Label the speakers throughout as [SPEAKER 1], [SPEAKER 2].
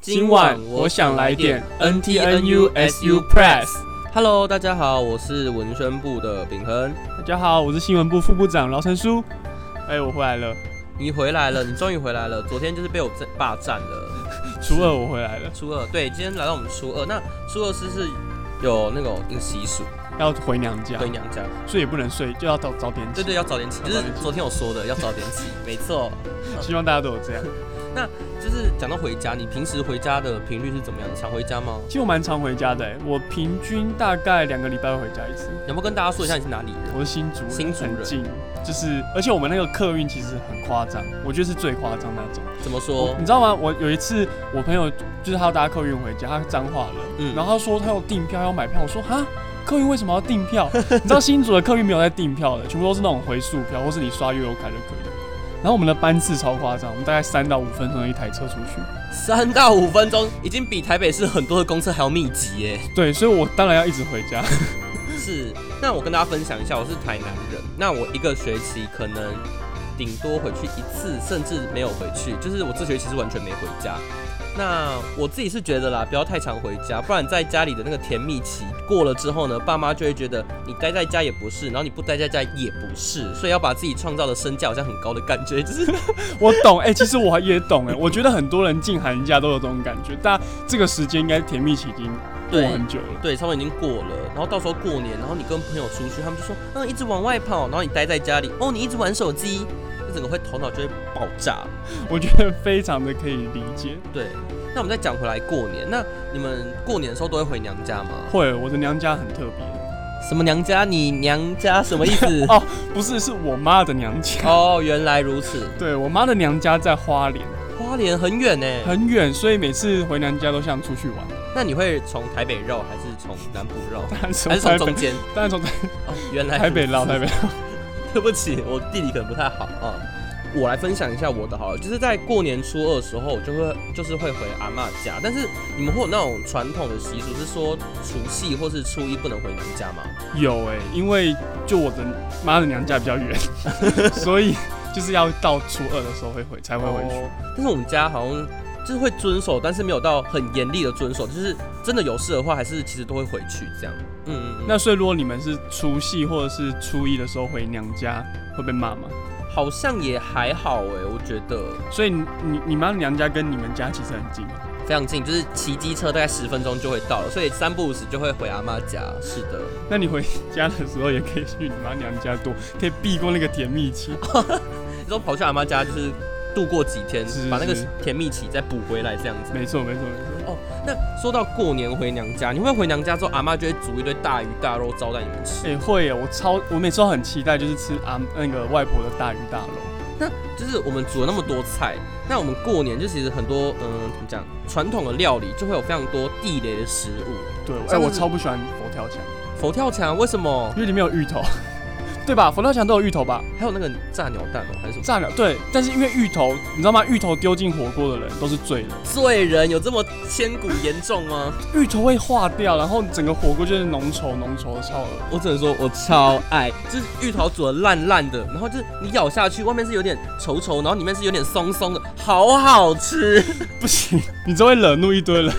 [SPEAKER 1] 今晚我想来点 NTNUSU Press。
[SPEAKER 2] Hello，大家好，我是文宣部的秉恒。
[SPEAKER 1] 大家好，我是新闻部副部长劳成书。哎、我回来了，
[SPEAKER 2] 你回来了，你终于回来了。昨天就是被我占霸占了。
[SPEAKER 1] 初二我回来了，
[SPEAKER 2] 初二，对，今天来到我们初二。那初二是是有那种一个习俗
[SPEAKER 1] 要回娘家，
[SPEAKER 2] 回娘家，
[SPEAKER 1] 所以也不能睡，就要早早点起。
[SPEAKER 2] 对对，要早点起，就是昨天我说的要早点起，没错。
[SPEAKER 1] 希望大家都有这 样。
[SPEAKER 2] 就是讲到回家，你平时回家的频率是怎么样？你常回家吗？
[SPEAKER 1] 其实我蛮常回家的、哎我平均大概两个礼拜会回家一次。
[SPEAKER 2] 有没有跟大家说一下你是哪里人？
[SPEAKER 1] 我是新竹人，
[SPEAKER 2] 新竹人
[SPEAKER 1] 很近，就是而且我们那个客运其实很夸张，我觉得是最夸张那种。
[SPEAKER 2] 怎么说？
[SPEAKER 1] 你知道吗？我有一次，我朋友就是他要搭客运回家，他脏话了，
[SPEAKER 2] 嗯
[SPEAKER 1] 然后他说他要订票要买票，我说哈。客运为什么要订票？ 你知道新竹的客运没有在订票的，全部都是那种回数票，或是你刷悠游卡就可以了。然后我们的班次超夸张，我们大概三到五分钟一台车出去。
[SPEAKER 2] 三到五分钟，已经比台北市很多的公车还要密集耶。
[SPEAKER 1] 对，所以我当然要一直回家。
[SPEAKER 2] 是，那我跟大家分享一下，我是台南人，那我一个学期可能顶多回去一次，甚至没有回去，就是我这学期是完全没回家。那我自己是觉得啦，不要太常回家，不然在家里的那个甜蜜期过了之后呢，爸妈就会觉得你待在家也不是，然后你不待在家也不是，所以要把自己创造的身价好像很高的感觉， 就是
[SPEAKER 1] 我懂，哎、其实我也 懂，哎，我觉得很多人进寒假都有这种感觉，但这个时间应该甜蜜期已经过很久了。
[SPEAKER 2] 对，差不多已经过了。然后到时候过年，然后你跟朋友出去，他们就说，嗯，一直往外跑，然后你待在家里，哦，你一直玩手机，就整个会头脑就会爆炸。
[SPEAKER 1] 我觉得非常的可以理解。
[SPEAKER 2] 对，那我们再讲回来过年，那你们过年的时候都会回娘家吗？
[SPEAKER 1] 会，我的娘家很特别，？
[SPEAKER 2] 什么娘家？你娘家什么意思
[SPEAKER 1] 不是，是我妈的娘家。
[SPEAKER 2] 哦，原来如此。
[SPEAKER 1] 对我妈的娘家在花莲，
[SPEAKER 2] 花莲很远呢，
[SPEAKER 1] 很远，所以每次回娘家都像出去玩。
[SPEAKER 2] 那你会从台北绕还是从南部绕，
[SPEAKER 1] 但是
[SPEAKER 2] 还是从
[SPEAKER 1] 台北
[SPEAKER 2] 中，间？
[SPEAKER 1] 但是从
[SPEAKER 2] 哦，原来
[SPEAKER 1] 台北
[SPEAKER 2] 如此
[SPEAKER 1] 绕台北。 绕。
[SPEAKER 2] 对不起，我地理可能不太好啊、我来分享一下我的好了，就是在过年初二的时候，我就会就是会回阿嬷家。但是你们会有那种传统的习俗，是说除夕或是初一不能回娘家吗？
[SPEAKER 1] 有哎、因为就我的妈的娘家比较远， 所以就是要到初二的时候会回才会回去。
[SPEAKER 2] 哦但是我们家好像就是会遵守，但是没有到很严厉的遵守，就是真的有事的话，还是其实都会回去这样。嗯嗯嗯。
[SPEAKER 1] 那所以如果你们是除夕或者是初一的时候回娘家，会被骂吗？
[SPEAKER 2] 好像也还好哎、我觉得
[SPEAKER 1] 所以你你你妈的娘家跟你们家其实很近啊，
[SPEAKER 2] 非常近，就是骑机车大概十分钟就会到了，所以三不五时就会回阿嬷家。是的，
[SPEAKER 1] 那你回家的时候也可以去你妈娘家多，可以避过那个甜蜜 期。
[SPEAKER 2] 你说跑去阿妈家就是度过几天，
[SPEAKER 1] 是是
[SPEAKER 2] 把那个
[SPEAKER 1] 是
[SPEAKER 2] 甜蜜期再补回来这样子。
[SPEAKER 1] 没错没错没错，
[SPEAKER 2] 哦，那说到过年回娘家，你会回娘家之后，阿妈就会煮一堆大鱼大肉招待你们吃。
[SPEAKER 1] 哎、会耶，我超我每次都很期待，就是吃阿那个外婆的大鱼大肉。
[SPEAKER 2] 那就是我们煮了那么多菜，那我们过年就其实很多嗯、怎么讲，传统的料理就会有非常多地雷的食物。
[SPEAKER 1] 对，哎、
[SPEAKER 2] 真的
[SPEAKER 1] 我
[SPEAKER 2] 是
[SPEAKER 1] 超不喜欢佛跳墙，
[SPEAKER 2] 佛跳墙为什么？
[SPEAKER 1] 因为里面有芋头， 对吧？佛跳墙都有芋头吧？
[SPEAKER 2] 还有那个炸鸟蛋哦、还是什么？
[SPEAKER 1] 炸了，对，但是因为芋头，你知道吗？芋头丢进火锅的人都是醉人，
[SPEAKER 2] 罪人有这么千古严重吗？
[SPEAKER 1] 芋头会化掉，然后整个火锅就是浓稠浓稠的，超恶
[SPEAKER 2] 我只能说我超爱，就是芋头煮的烂烂的，然后就是你咬下去，外面是有点稠稠，然后里面是有点松松的，好好吃。
[SPEAKER 1] 不行，你这会惹怒一堆人，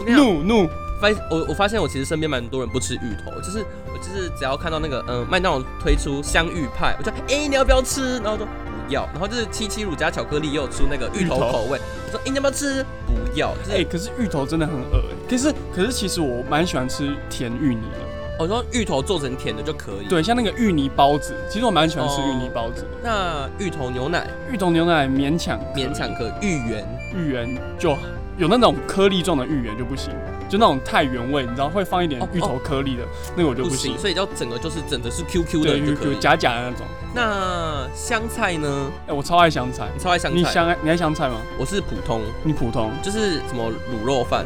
[SPEAKER 2] 我跟你讲
[SPEAKER 1] 怒怒。
[SPEAKER 2] 发我我发现我其实身边蛮多人不吃芋头，就是我就是只要看到那个嗯麦当劳推出香芋派，我就哎、你要不要吃？然后就不要，然后就是七七乳加巧克力也有出那个芋头
[SPEAKER 1] 芋头
[SPEAKER 2] 口味，我说哎、你要不要吃？不要，就是、
[SPEAKER 1] 哎、可是芋头真的很恶哎、可是可是其实我蛮喜欢吃甜芋泥的，
[SPEAKER 2] 我说芋头做成甜的就可以。，
[SPEAKER 1] 对，像那个芋泥包子，其实我蛮喜欢吃芋泥包子的。
[SPEAKER 2] 那芋头牛奶
[SPEAKER 1] 芋头牛奶勉强可以
[SPEAKER 2] 勉强可以，芋圆
[SPEAKER 1] 芋圆就有那种颗粒状的芋圆就不行，就那种太原味，你知道会放一点
[SPEAKER 2] 哦
[SPEAKER 1] 芋头颗粒的、那个我就
[SPEAKER 2] 不
[SPEAKER 1] 不
[SPEAKER 2] 行，
[SPEAKER 1] 行，
[SPEAKER 2] 所以要整个就是整个是 QQ 的
[SPEAKER 1] 对，
[SPEAKER 2] 就
[SPEAKER 1] 有
[SPEAKER 2] 可
[SPEAKER 1] 有
[SPEAKER 2] 以。
[SPEAKER 1] 假假的那种。
[SPEAKER 2] 那香菜呢？
[SPEAKER 1] 哎、我超爱香菜，
[SPEAKER 2] 你超爱香
[SPEAKER 1] 你
[SPEAKER 2] 菜，啊
[SPEAKER 1] 香你爱香菜吗？
[SPEAKER 2] 我是普通，
[SPEAKER 1] 你普通
[SPEAKER 2] 就是什么卤肉饭，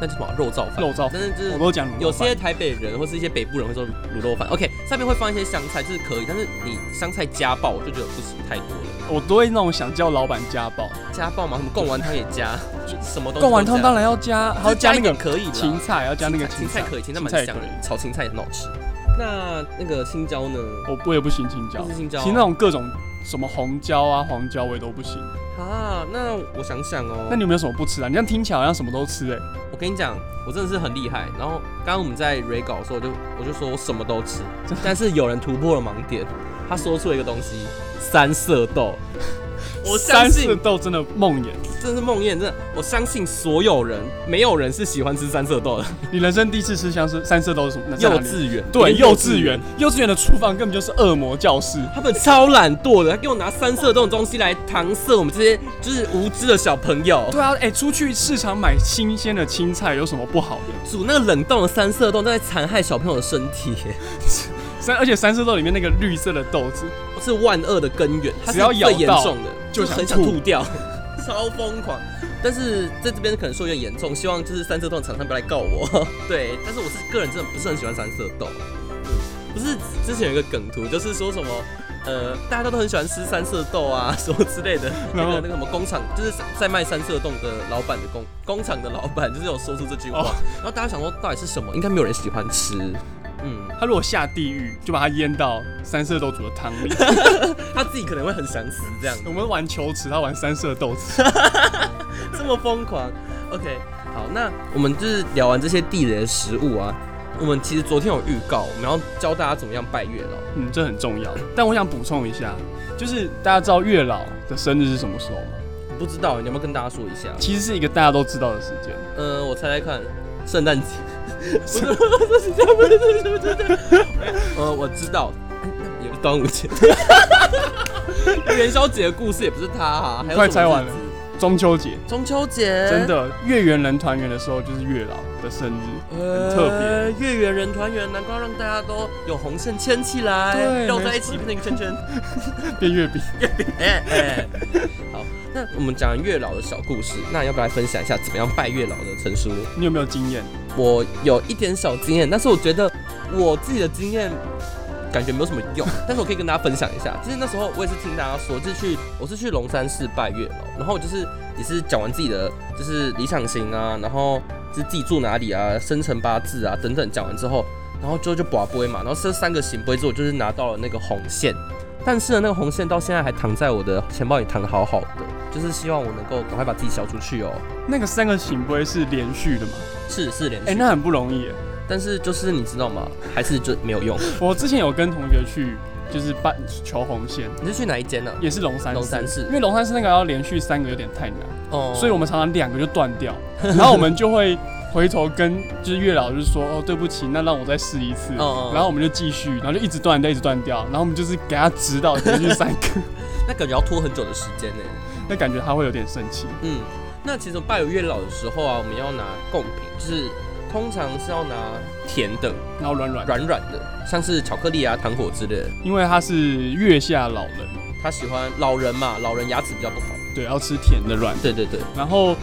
[SPEAKER 2] 那叫什么啊肉燥饭，
[SPEAKER 1] 肉燥饭
[SPEAKER 2] 但是就是
[SPEAKER 1] 我都讲卤肉
[SPEAKER 2] 有
[SPEAKER 1] 饭
[SPEAKER 2] 些台北人或是一些北部人会说卤肉饭，OK，上面会放一些香菜，就是可以，但是你香菜加爆，我就觉得不行，太多了。
[SPEAKER 1] 我都会那种想叫老板家暴，
[SPEAKER 2] 加爆嘛，什么贡丸汤也加，什么东西都加
[SPEAKER 1] 贡丸汤当然要加，还要
[SPEAKER 2] 就是加
[SPEAKER 1] 加
[SPEAKER 2] 一
[SPEAKER 1] 那
[SPEAKER 2] 点
[SPEAKER 1] 个
[SPEAKER 2] 可以啦，
[SPEAKER 1] 芹菜，要加那个
[SPEAKER 2] 芹
[SPEAKER 1] 菜
[SPEAKER 2] 菜，可以，芹菜
[SPEAKER 1] 芹
[SPEAKER 2] 蛮
[SPEAKER 1] 菜
[SPEAKER 2] 香
[SPEAKER 1] 可以
[SPEAKER 2] 的，炒芹菜也很好吃。那那个青椒呢？
[SPEAKER 1] 我我也不行青椒
[SPEAKER 2] 不，是青椒，
[SPEAKER 1] 其实那种各种什么红椒啊、黄椒我也都不行，
[SPEAKER 2] 啊，那我想想哦，
[SPEAKER 1] 那你有没有什么不吃啊？你这样听起来好像什么都吃哎、
[SPEAKER 2] 我跟你讲，我真的是很厉害。然后刚刚我们在 re 稿的时候，我就我就说我什么都吃，但是有人突破了盲点，他说出了一个东西——三色 豆。我相
[SPEAKER 1] 三色
[SPEAKER 2] 信，
[SPEAKER 1] 豆真的梦魇，
[SPEAKER 2] 真是梦魇，真的，我相信所有人，没有人是喜欢吃三色豆的。
[SPEAKER 1] 你人生第一次吃香是三色豆是什么？那在
[SPEAKER 2] 幼
[SPEAKER 1] 哪里
[SPEAKER 2] 稚园，
[SPEAKER 1] 对
[SPEAKER 2] 连
[SPEAKER 1] 幼稚园，，幼稚园的厨房根本就是恶魔教室。
[SPEAKER 2] 他们超懒惰的，他给我拿三色豆的东西来搪塞我们这些就是无知的小朋友。
[SPEAKER 1] 对啊，哎、出去市场买新鲜的青菜有什么不好的？
[SPEAKER 2] 煮那个冷冻的三色豆，在残害小朋友的身体，
[SPEAKER 1] 三而且三色豆里面那个绿色的豆子，
[SPEAKER 2] 是万恶的根源，它是
[SPEAKER 1] 只要咬
[SPEAKER 2] 最严
[SPEAKER 1] 到
[SPEAKER 2] 重的，
[SPEAKER 1] 就
[SPEAKER 2] 就是很
[SPEAKER 1] 想
[SPEAKER 2] 想
[SPEAKER 1] 吐
[SPEAKER 2] 吐掉， 超疯狂。但是在这边可能说有点严重，希望就是三色豆厂商不要来告我。 对，但是我是个人真的不是很喜欢三色豆。嗯，不是之前有一个梗图，就是说什么呃大家都很喜欢吃三色豆啊什么之类 的，那
[SPEAKER 1] 然
[SPEAKER 2] 个
[SPEAKER 1] 后
[SPEAKER 2] 那个什么工厂就是在卖三色豆的老板的工工厂的老板就是有说出这句话，
[SPEAKER 1] 哦
[SPEAKER 2] 然后大家想说到底是什么，应该没有人喜欢吃。嗯，
[SPEAKER 1] 它如果下地狱，就把它淹到三色豆煮的汤里。
[SPEAKER 2] 他自己可能会很想死这样子
[SPEAKER 1] 我们玩球池，他玩三色豆子。
[SPEAKER 2] 这么疯狂。OK，好，那我们就是聊完这些地雷的食物啊。我们其实昨天有预告，我们要教大家怎么样拜月老。
[SPEAKER 1] 嗯，这很重要。但我想补充一下，就是大家知道月老的生日是什么时候吗？
[SPEAKER 2] 不知道你有没有跟大家说一下？
[SPEAKER 1] 其实是一个大家都知道的时间。
[SPEAKER 2] 呃，我猜猜看，圣诞节。 不是，不是，呃，我知道，哎那也不是端午节。元宵节的故事也不是他啊，还有
[SPEAKER 1] 快
[SPEAKER 2] 什么
[SPEAKER 1] 猜完
[SPEAKER 2] 日子
[SPEAKER 1] 了中秋节，
[SPEAKER 2] 中秋节
[SPEAKER 1] 真的月圆人团圆的时候就是月老的生日。
[SPEAKER 2] 很
[SPEAKER 1] 特
[SPEAKER 2] 别，呃月圆人团圆，难怪让大家都有红线牵起来，
[SPEAKER 1] 对
[SPEAKER 2] 绕在
[SPEAKER 1] 没
[SPEAKER 2] 一起变成一个圈圈。
[SPEAKER 1] 变月饼，
[SPEAKER 2] 哎哎，好，那我们讲完月老的小故事，那要不要来分享一下怎么样拜月老的陈叔？
[SPEAKER 1] 你有没有经验？
[SPEAKER 2] 我有一点小经验，但是我觉得我自己的经验感觉没有什么用，但是我可以跟大家分享一下。就是那时候我也是听大家说，就是去我是去龙山寺拜月老，然后我就是也是讲完自己的就是理想型啊，然后就是自己住哪里啊、生辰八字啊等等，讲完之后，然后之后就卜龟嘛，然后这三个行龟之后，我就是拿到了那个红线。但是呢，那个红线到现在还躺在我的钱包里，躺得好好的，就是希望我能够赶快把自己消出去哦。
[SPEAKER 1] 那个三个醒不会是连续的嘛？
[SPEAKER 2] 是是连续
[SPEAKER 1] 哎、那很不容易耶。
[SPEAKER 2] 但是就是你知道吗？还是就没有用。
[SPEAKER 1] 我之前有跟同学去，就是办求红线，
[SPEAKER 2] 你是去哪一间呢、啊
[SPEAKER 1] 也是龙山寺
[SPEAKER 2] 龙山寺
[SPEAKER 1] 因为龙山寺那个要连续三个有点太难，
[SPEAKER 2] 哦
[SPEAKER 1] 所以我们常常两个就断掉， 然后我们就会回头跟就是月老就是说哦对不起，那让我再试一次，
[SPEAKER 2] 哦
[SPEAKER 1] 然后我们就继续，然后就一直断掉，一直断掉，然后我们就是给他指导连续三个，
[SPEAKER 2] 那感觉要拖很久的时间呢。
[SPEAKER 1] 那感觉他会有点生气。
[SPEAKER 2] 嗯，那其实拜月老的时候啊，我们要拿贡品，就是通常是要拿甜的、
[SPEAKER 1] 然后软软，
[SPEAKER 2] 软软的，像是巧克力啊、糖果之类的。
[SPEAKER 1] 因为他是月下老人，
[SPEAKER 2] 他喜欢老人嘛，老人牙齿比较不好。
[SPEAKER 1] 对，要吃甜的软的。
[SPEAKER 2] 对对对，
[SPEAKER 1] 然后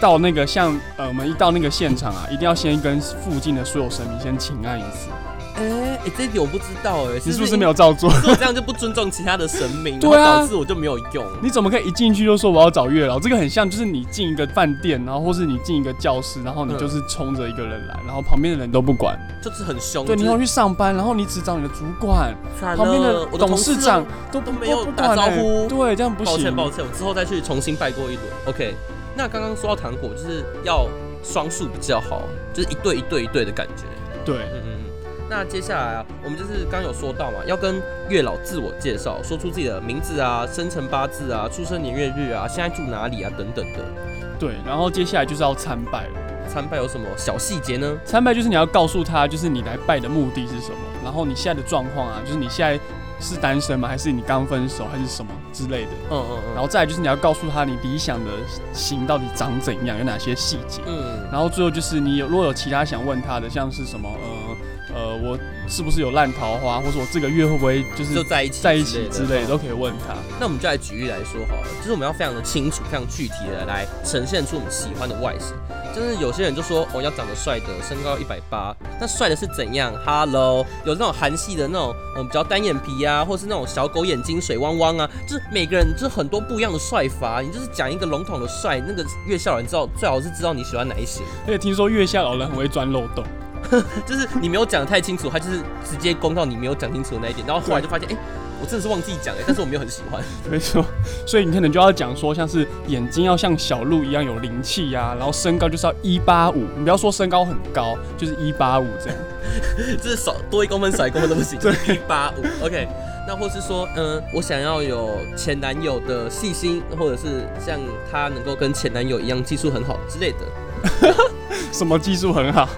[SPEAKER 1] 到那个像呃，我们一到那个现场啊，一定要先跟附近的所有神明先请安一次。
[SPEAKER 2] 哎、哎、这一点我不知道哎、
[SPEAKER 1] 你是不是
[SPEAKER 2] 因
[SPEAKER 1] 没有照做？
[SPEAKER 2] 可是我这样就不尊重其他的神 明，
[SPEAKER 1] 对啊
[SPEAKER 2] 然后导致我就没有用。
[SPEAKER 1] 你怎么可以一进去就说我要找月老？这个很像，就是你进一个饭店，然后或是你进一个教室，然后你
[SPEAKER 2] 嗯
[SPEAKER 1] 就是冲着一个人来，然后旁边的人都不管。
[SPEAKER 2] 就是很凶。
[SPEAKER 1] 对，你
[SPEAKER 2] 就是
[SPEAKER 1] 要去上班，然后你只找你的主管，
[SPEAKER 2] 惨
[SPEAKER 1] 旁边
[SPEAKER 2] 了
[SPEAKER 1] 的
[SPEAKER 2] 我的
[SPEAKER 1] 董
[SPEAKER 2] 同啊
[SPEAKER 1] 事
[SPEAKER 2] 呢
[SPEAKER 1] 长都
[SPEAKER 2] 都
[SPEAKER 1] 不
[SPEAKER 2] 没有
[SPEAKER 1] 不
[SPEAKER 2] 打
[SPEAKER 1] 管欸
[SPEAKER 2] 招呼
[SPEAKER 1] 对，这样不
[SPEAKER 2] 抱歉
[SPEAKER 1] 行。
[SPEAKER 2] 抱歉，我之后再去重新拜过一轮。OK，那刚刚说到糖果，就是要双数比较好，就是一对一对一对的感觉。
[SPEAKER 1] 对，
[SPEAKER 2] 嗯嗯嗯。那接下来啊，我们就是刚刚有说到嘛，要跟月老自我介绍，说出自己的名字啊、生辰八字啊、出生年月日啊、现在住哪里啊等等的。
[SPEAKER 1] 对，然后接下来就是要参拜了。
[SPEAKER 2] 参拜有什么小细节呢？
[SPEAKER 1] 参拜就是你要告诉他，就是你来拜的目的是什么，然后你现在的状况啊，就是你现在是单身吗？还是你刚分手，还是什么之类的。
[SPEAKER 2] 嗯嗯嗯
[SPEAKER 1] 然后再来就是你要告诉他你理想的型到底长怎样，有哪些细节。
[SPEAKER 2] 嗯，
[SPEAKER 1] 然后最后就是你有如果有其他想问他的，像是什么呃呃，我是不是有烂桃花，或者我这个月会不会就
[SPEAKER 2] 就是在一起
[SPEAKER 1] 在一起之类的，
[SPEAKER 2] 的。
[SPEAKER 1] 都可以问他。
[SPEAKER 2] 那我们就来举例来说好了，就是我们要非常的清楚、非常具体的来呈现出我们喜欢的外形。就是有些人就说哦，要长得帅的，身高一百八，那帅的是怎样？Hello，有那种韩系的那种，嗯，比较单眼皮啊，或是那种小狗眼睛、水汪汪啊，就是每个人就是很多不一样的帅法。你就是讲一个笼统的帅，那个月下人知道最好是知道你喜欢哪一型，
[SPEAKER 1] 而且听说月下老人很会钻漏洞，
[SPEAKER 2] 就是你没有讲得太清楚，他就是直接攻到你没有讲清楚的那一点，然后后来就发现哎。我真的是忘记讲哎、但是我没有很喜欢。
[SPEAKER 1] 没错，所以你可能就要讲说，像是眼睛要像小鹿一样有灵气呀，然后身高就是要一八五，你不要说身高很高，就是一八五这样。
[SPEAKER 2] 这是少多一公分少一公分都不行，就是一八五。OK，那或是说，嗯，我想要有前男友的细心，或者是像他能够跟前男友一样技术很好之类的，
[SPEAKER 1] 什么技术很好？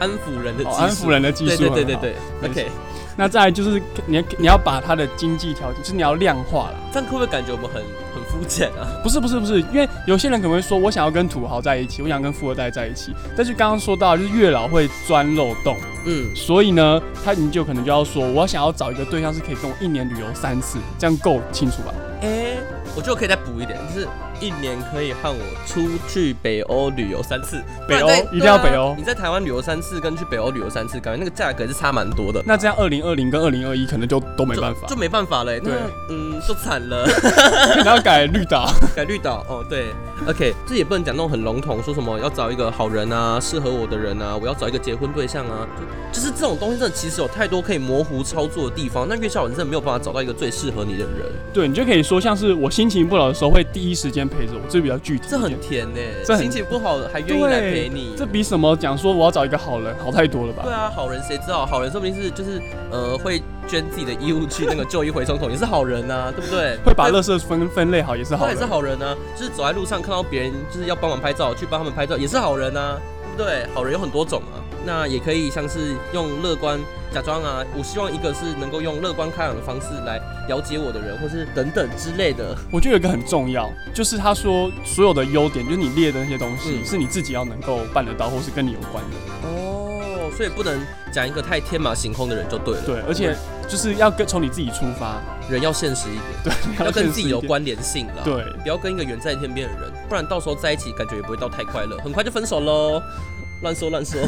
[SPEAKER 2] 安抚人的技
[SPEAKER 1] 哦
[SPEAKER 2] 术、
[SPEAKER 1] 安抚人的技术
[SPEAKER 2] 对对
[SPEAKER 1] 很
[SPEAKER 2] 对
[SPEAKER 1] 好
[SPEAKER 2] 对对。
[SPEAKER 1] 没错
[SPEAKER 2] OK，
[SPEAKER 1] 那再来就是你要你要把他的经济条件，就是你要量化啦。
[SPEAKER 2] 这样会不会感觉我们很很肤浅啊？
[SPEAKER 1] 不是不是不是，因为有些人可能会说，我想要跟土豪在一起，我想跟富二代在一起，但是刚刚说到就是月老会钻漏洞，
[SPEAKER 2] 嗯，
[SPEAKER 1] 所以呢，他你就可能就要说，我想要找一个对象是可以跟我一年旅游三次，这样够清楚吧？
[SPEAKER 2] 哎、我觉得我可以再补一点，就是一年可以和我出去北欧旅游三次，
[SPEAKER 1] 北欧
[SPEAKER 2] 不然在
[SPEAKER 1] 一定要
[SPEAKER 2] 对啊
[SPEAKER 1] 北欧
[SPEAKER 2] 你在台湾旅游三次，跟去北欧旅游三次，感觉那个价格是差蛮多的。
[SPEAKER 1] 那这样二零二零跟二零二一可能就都没办法
[SPEAKER 2] 就，就没办法了、欸。那
[SPEAKER 1] 对，
[SPEAKER 2] 嗯，就惨了。
[SPEAKER 1] 可能要改绿岛。
[SPEAKER 2] 改绿岛哦，对，OK，这也不能讲那种很笼统，说什么要找一个好人啊，适合我的人啊，我要找一个结婚对象啊，就就是这种东西，真的其实有太多可以模糊操作的地方。那月下人真的没有办法找到一个最适合你的人，
[SPEAKER 1] 对你就可以说，像是我心情不好的时候会第一时间陪着我，这比较具体一点。
[SPEAKER 2] 这很甜呢、
[SPEAKER 1] 这很
[SPEAKER 2] 心情不好还愿意来陪你。
[SPEAKER 1] 这比什么讲说我要找一个好人好太多了吧？
[SPEAKER 2] 对啊，好人谁知道？好人说不定是就是呃会捐自己的衣物去那个旧衣回收桶，也是好人啊，对不对？
[SPEAKER 1] 会把垃圾分分类好也是
[SPEAKER 2] 他
[SPEAKER 1] 好人
[SPEAKER 2] 也是。好人啊，就是走在路上看到别人就是要帮忙拍照，去帮他们拍照也是好人啊，对不对？好人有很多种啊，那也可以像是用乐观假装啊，我希望一个是能够用乐观开朗的方式来了解我的人，或是等等之类的。
[SPEAKER 1] 我觉得有一个很重要，就是他说所有的优点，就是你列的那些东西，
[SPEAKER 2] 嗯
[SPEAKER 1] 是你自己要能够办得到，或是跟你有关的。
[SPEAKER 2] 哦，所以不能讲一个太天马行空的人就对了，
[SPEAKER 1] 对，而且就是要跟从你自己出发，
[SPEAKER 2] 人要现实一点，
[SPEAKER 1] 对，你
[SPEAKER 2] 要跟
[SPEAKER 1] 现
[SPEAKER 2] 自
[SPEAKER 1] 实
[SPEAKER 2] 己
[SPEAKER 1] 一
[SPEAKER 2] 有
[SPEAKER 1] 点。
[SPEAKER 2] 关联性啦。。
[SPEAKER 1] 对，
[SPEAKER 2] 不要跟一个远在天边的人，不然到时候在一起感觉也不会到太快乐，很快就分手喽。 乱说乱说。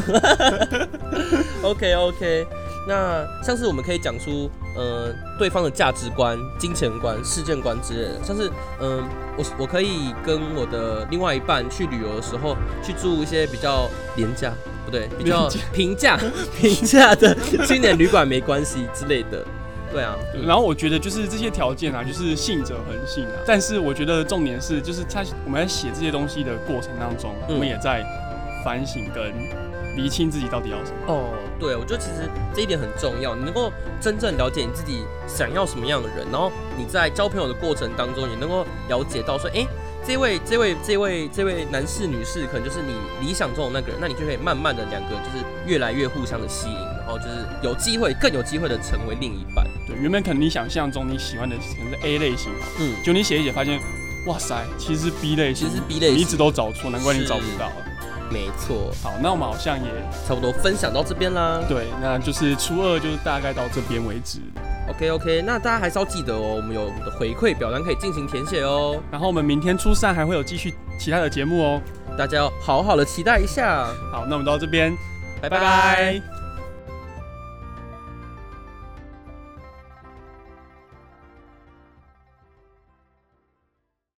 [SPEAKER 2] OK OK，那像是我们可以讲出呃对方的价值观、金钱观、世界观之类的，像是嗯、呃我我可以跟我的另外一半去旅游的时候，去住一些比较廉价。不对，比较
[SPEAKER 1] 廉价
[SPEAKER 2] 平价、 平价的青年旅馆没关系之类的，对啊，
[SPEAKER 1] 对然后我觉得就是这些条件啊，就是信者恒信啊。但是我觉得重点是，就是他我们在写这些东西的过程当中，
[SPEAKER 2] 嗯
[SPEAKER 1] 我们也在反省跟厘清自己到底要什么。
[SPEAKER 2] 哦，对，我觉得其实这一点很重要，你能够真正了解你自己想要什么样的人，然后你在交朋友的过程当中，也能够了解到说，哎，这位、这位、这位、这位男士、女士，可能就是你理想中的那个人，那你就可以慢慢的两个就是越来越互相的吸引，然后就是有机会更有机会的成为另一半。
[SPEAKER 1] 对，原本可能你想象中你喜欢的可能是 A 类型，
[SPEAKER 2] 嗯，
[SPEAKER 1] 就你写一写发现，哇塞，其实是 B 类
[SPEAKER 2] 其
[SPEAKER 1] 型
[SPEAKER 2] 实，是 B 类
[SPEAKER 1] 你一直
[SPEAKER 2] 型，
[SPEAKER 1] 都找错，难怪你
[SPEAKER 2] 是
[SPEAKER 1] 找不到了。
[SPEAKER 2] 没错，
[SPEAKER 1] 好，那我们好像也
[SPEAKER 2] 差不多分享到这边啦。
[SPEAKER 1] 对，那就是初二就是大概到这边为止。
[SPEAKER 2] OK OK，那大家还是要记得哦，我们有我们的回馈表单可以进行填写哦，
[SPEAKER 1] 然后我们明天初三还会有继续其他的节目哦。
[SPEAKER 2] 大家要好好的期待一下。
[SPEAKER 1] 好，那我们到这边，
[SPEAKER 2] 拜
[SPEAKER 1] 拜
[SPEAKER 2] 拜
[SPEAKER 1] 拜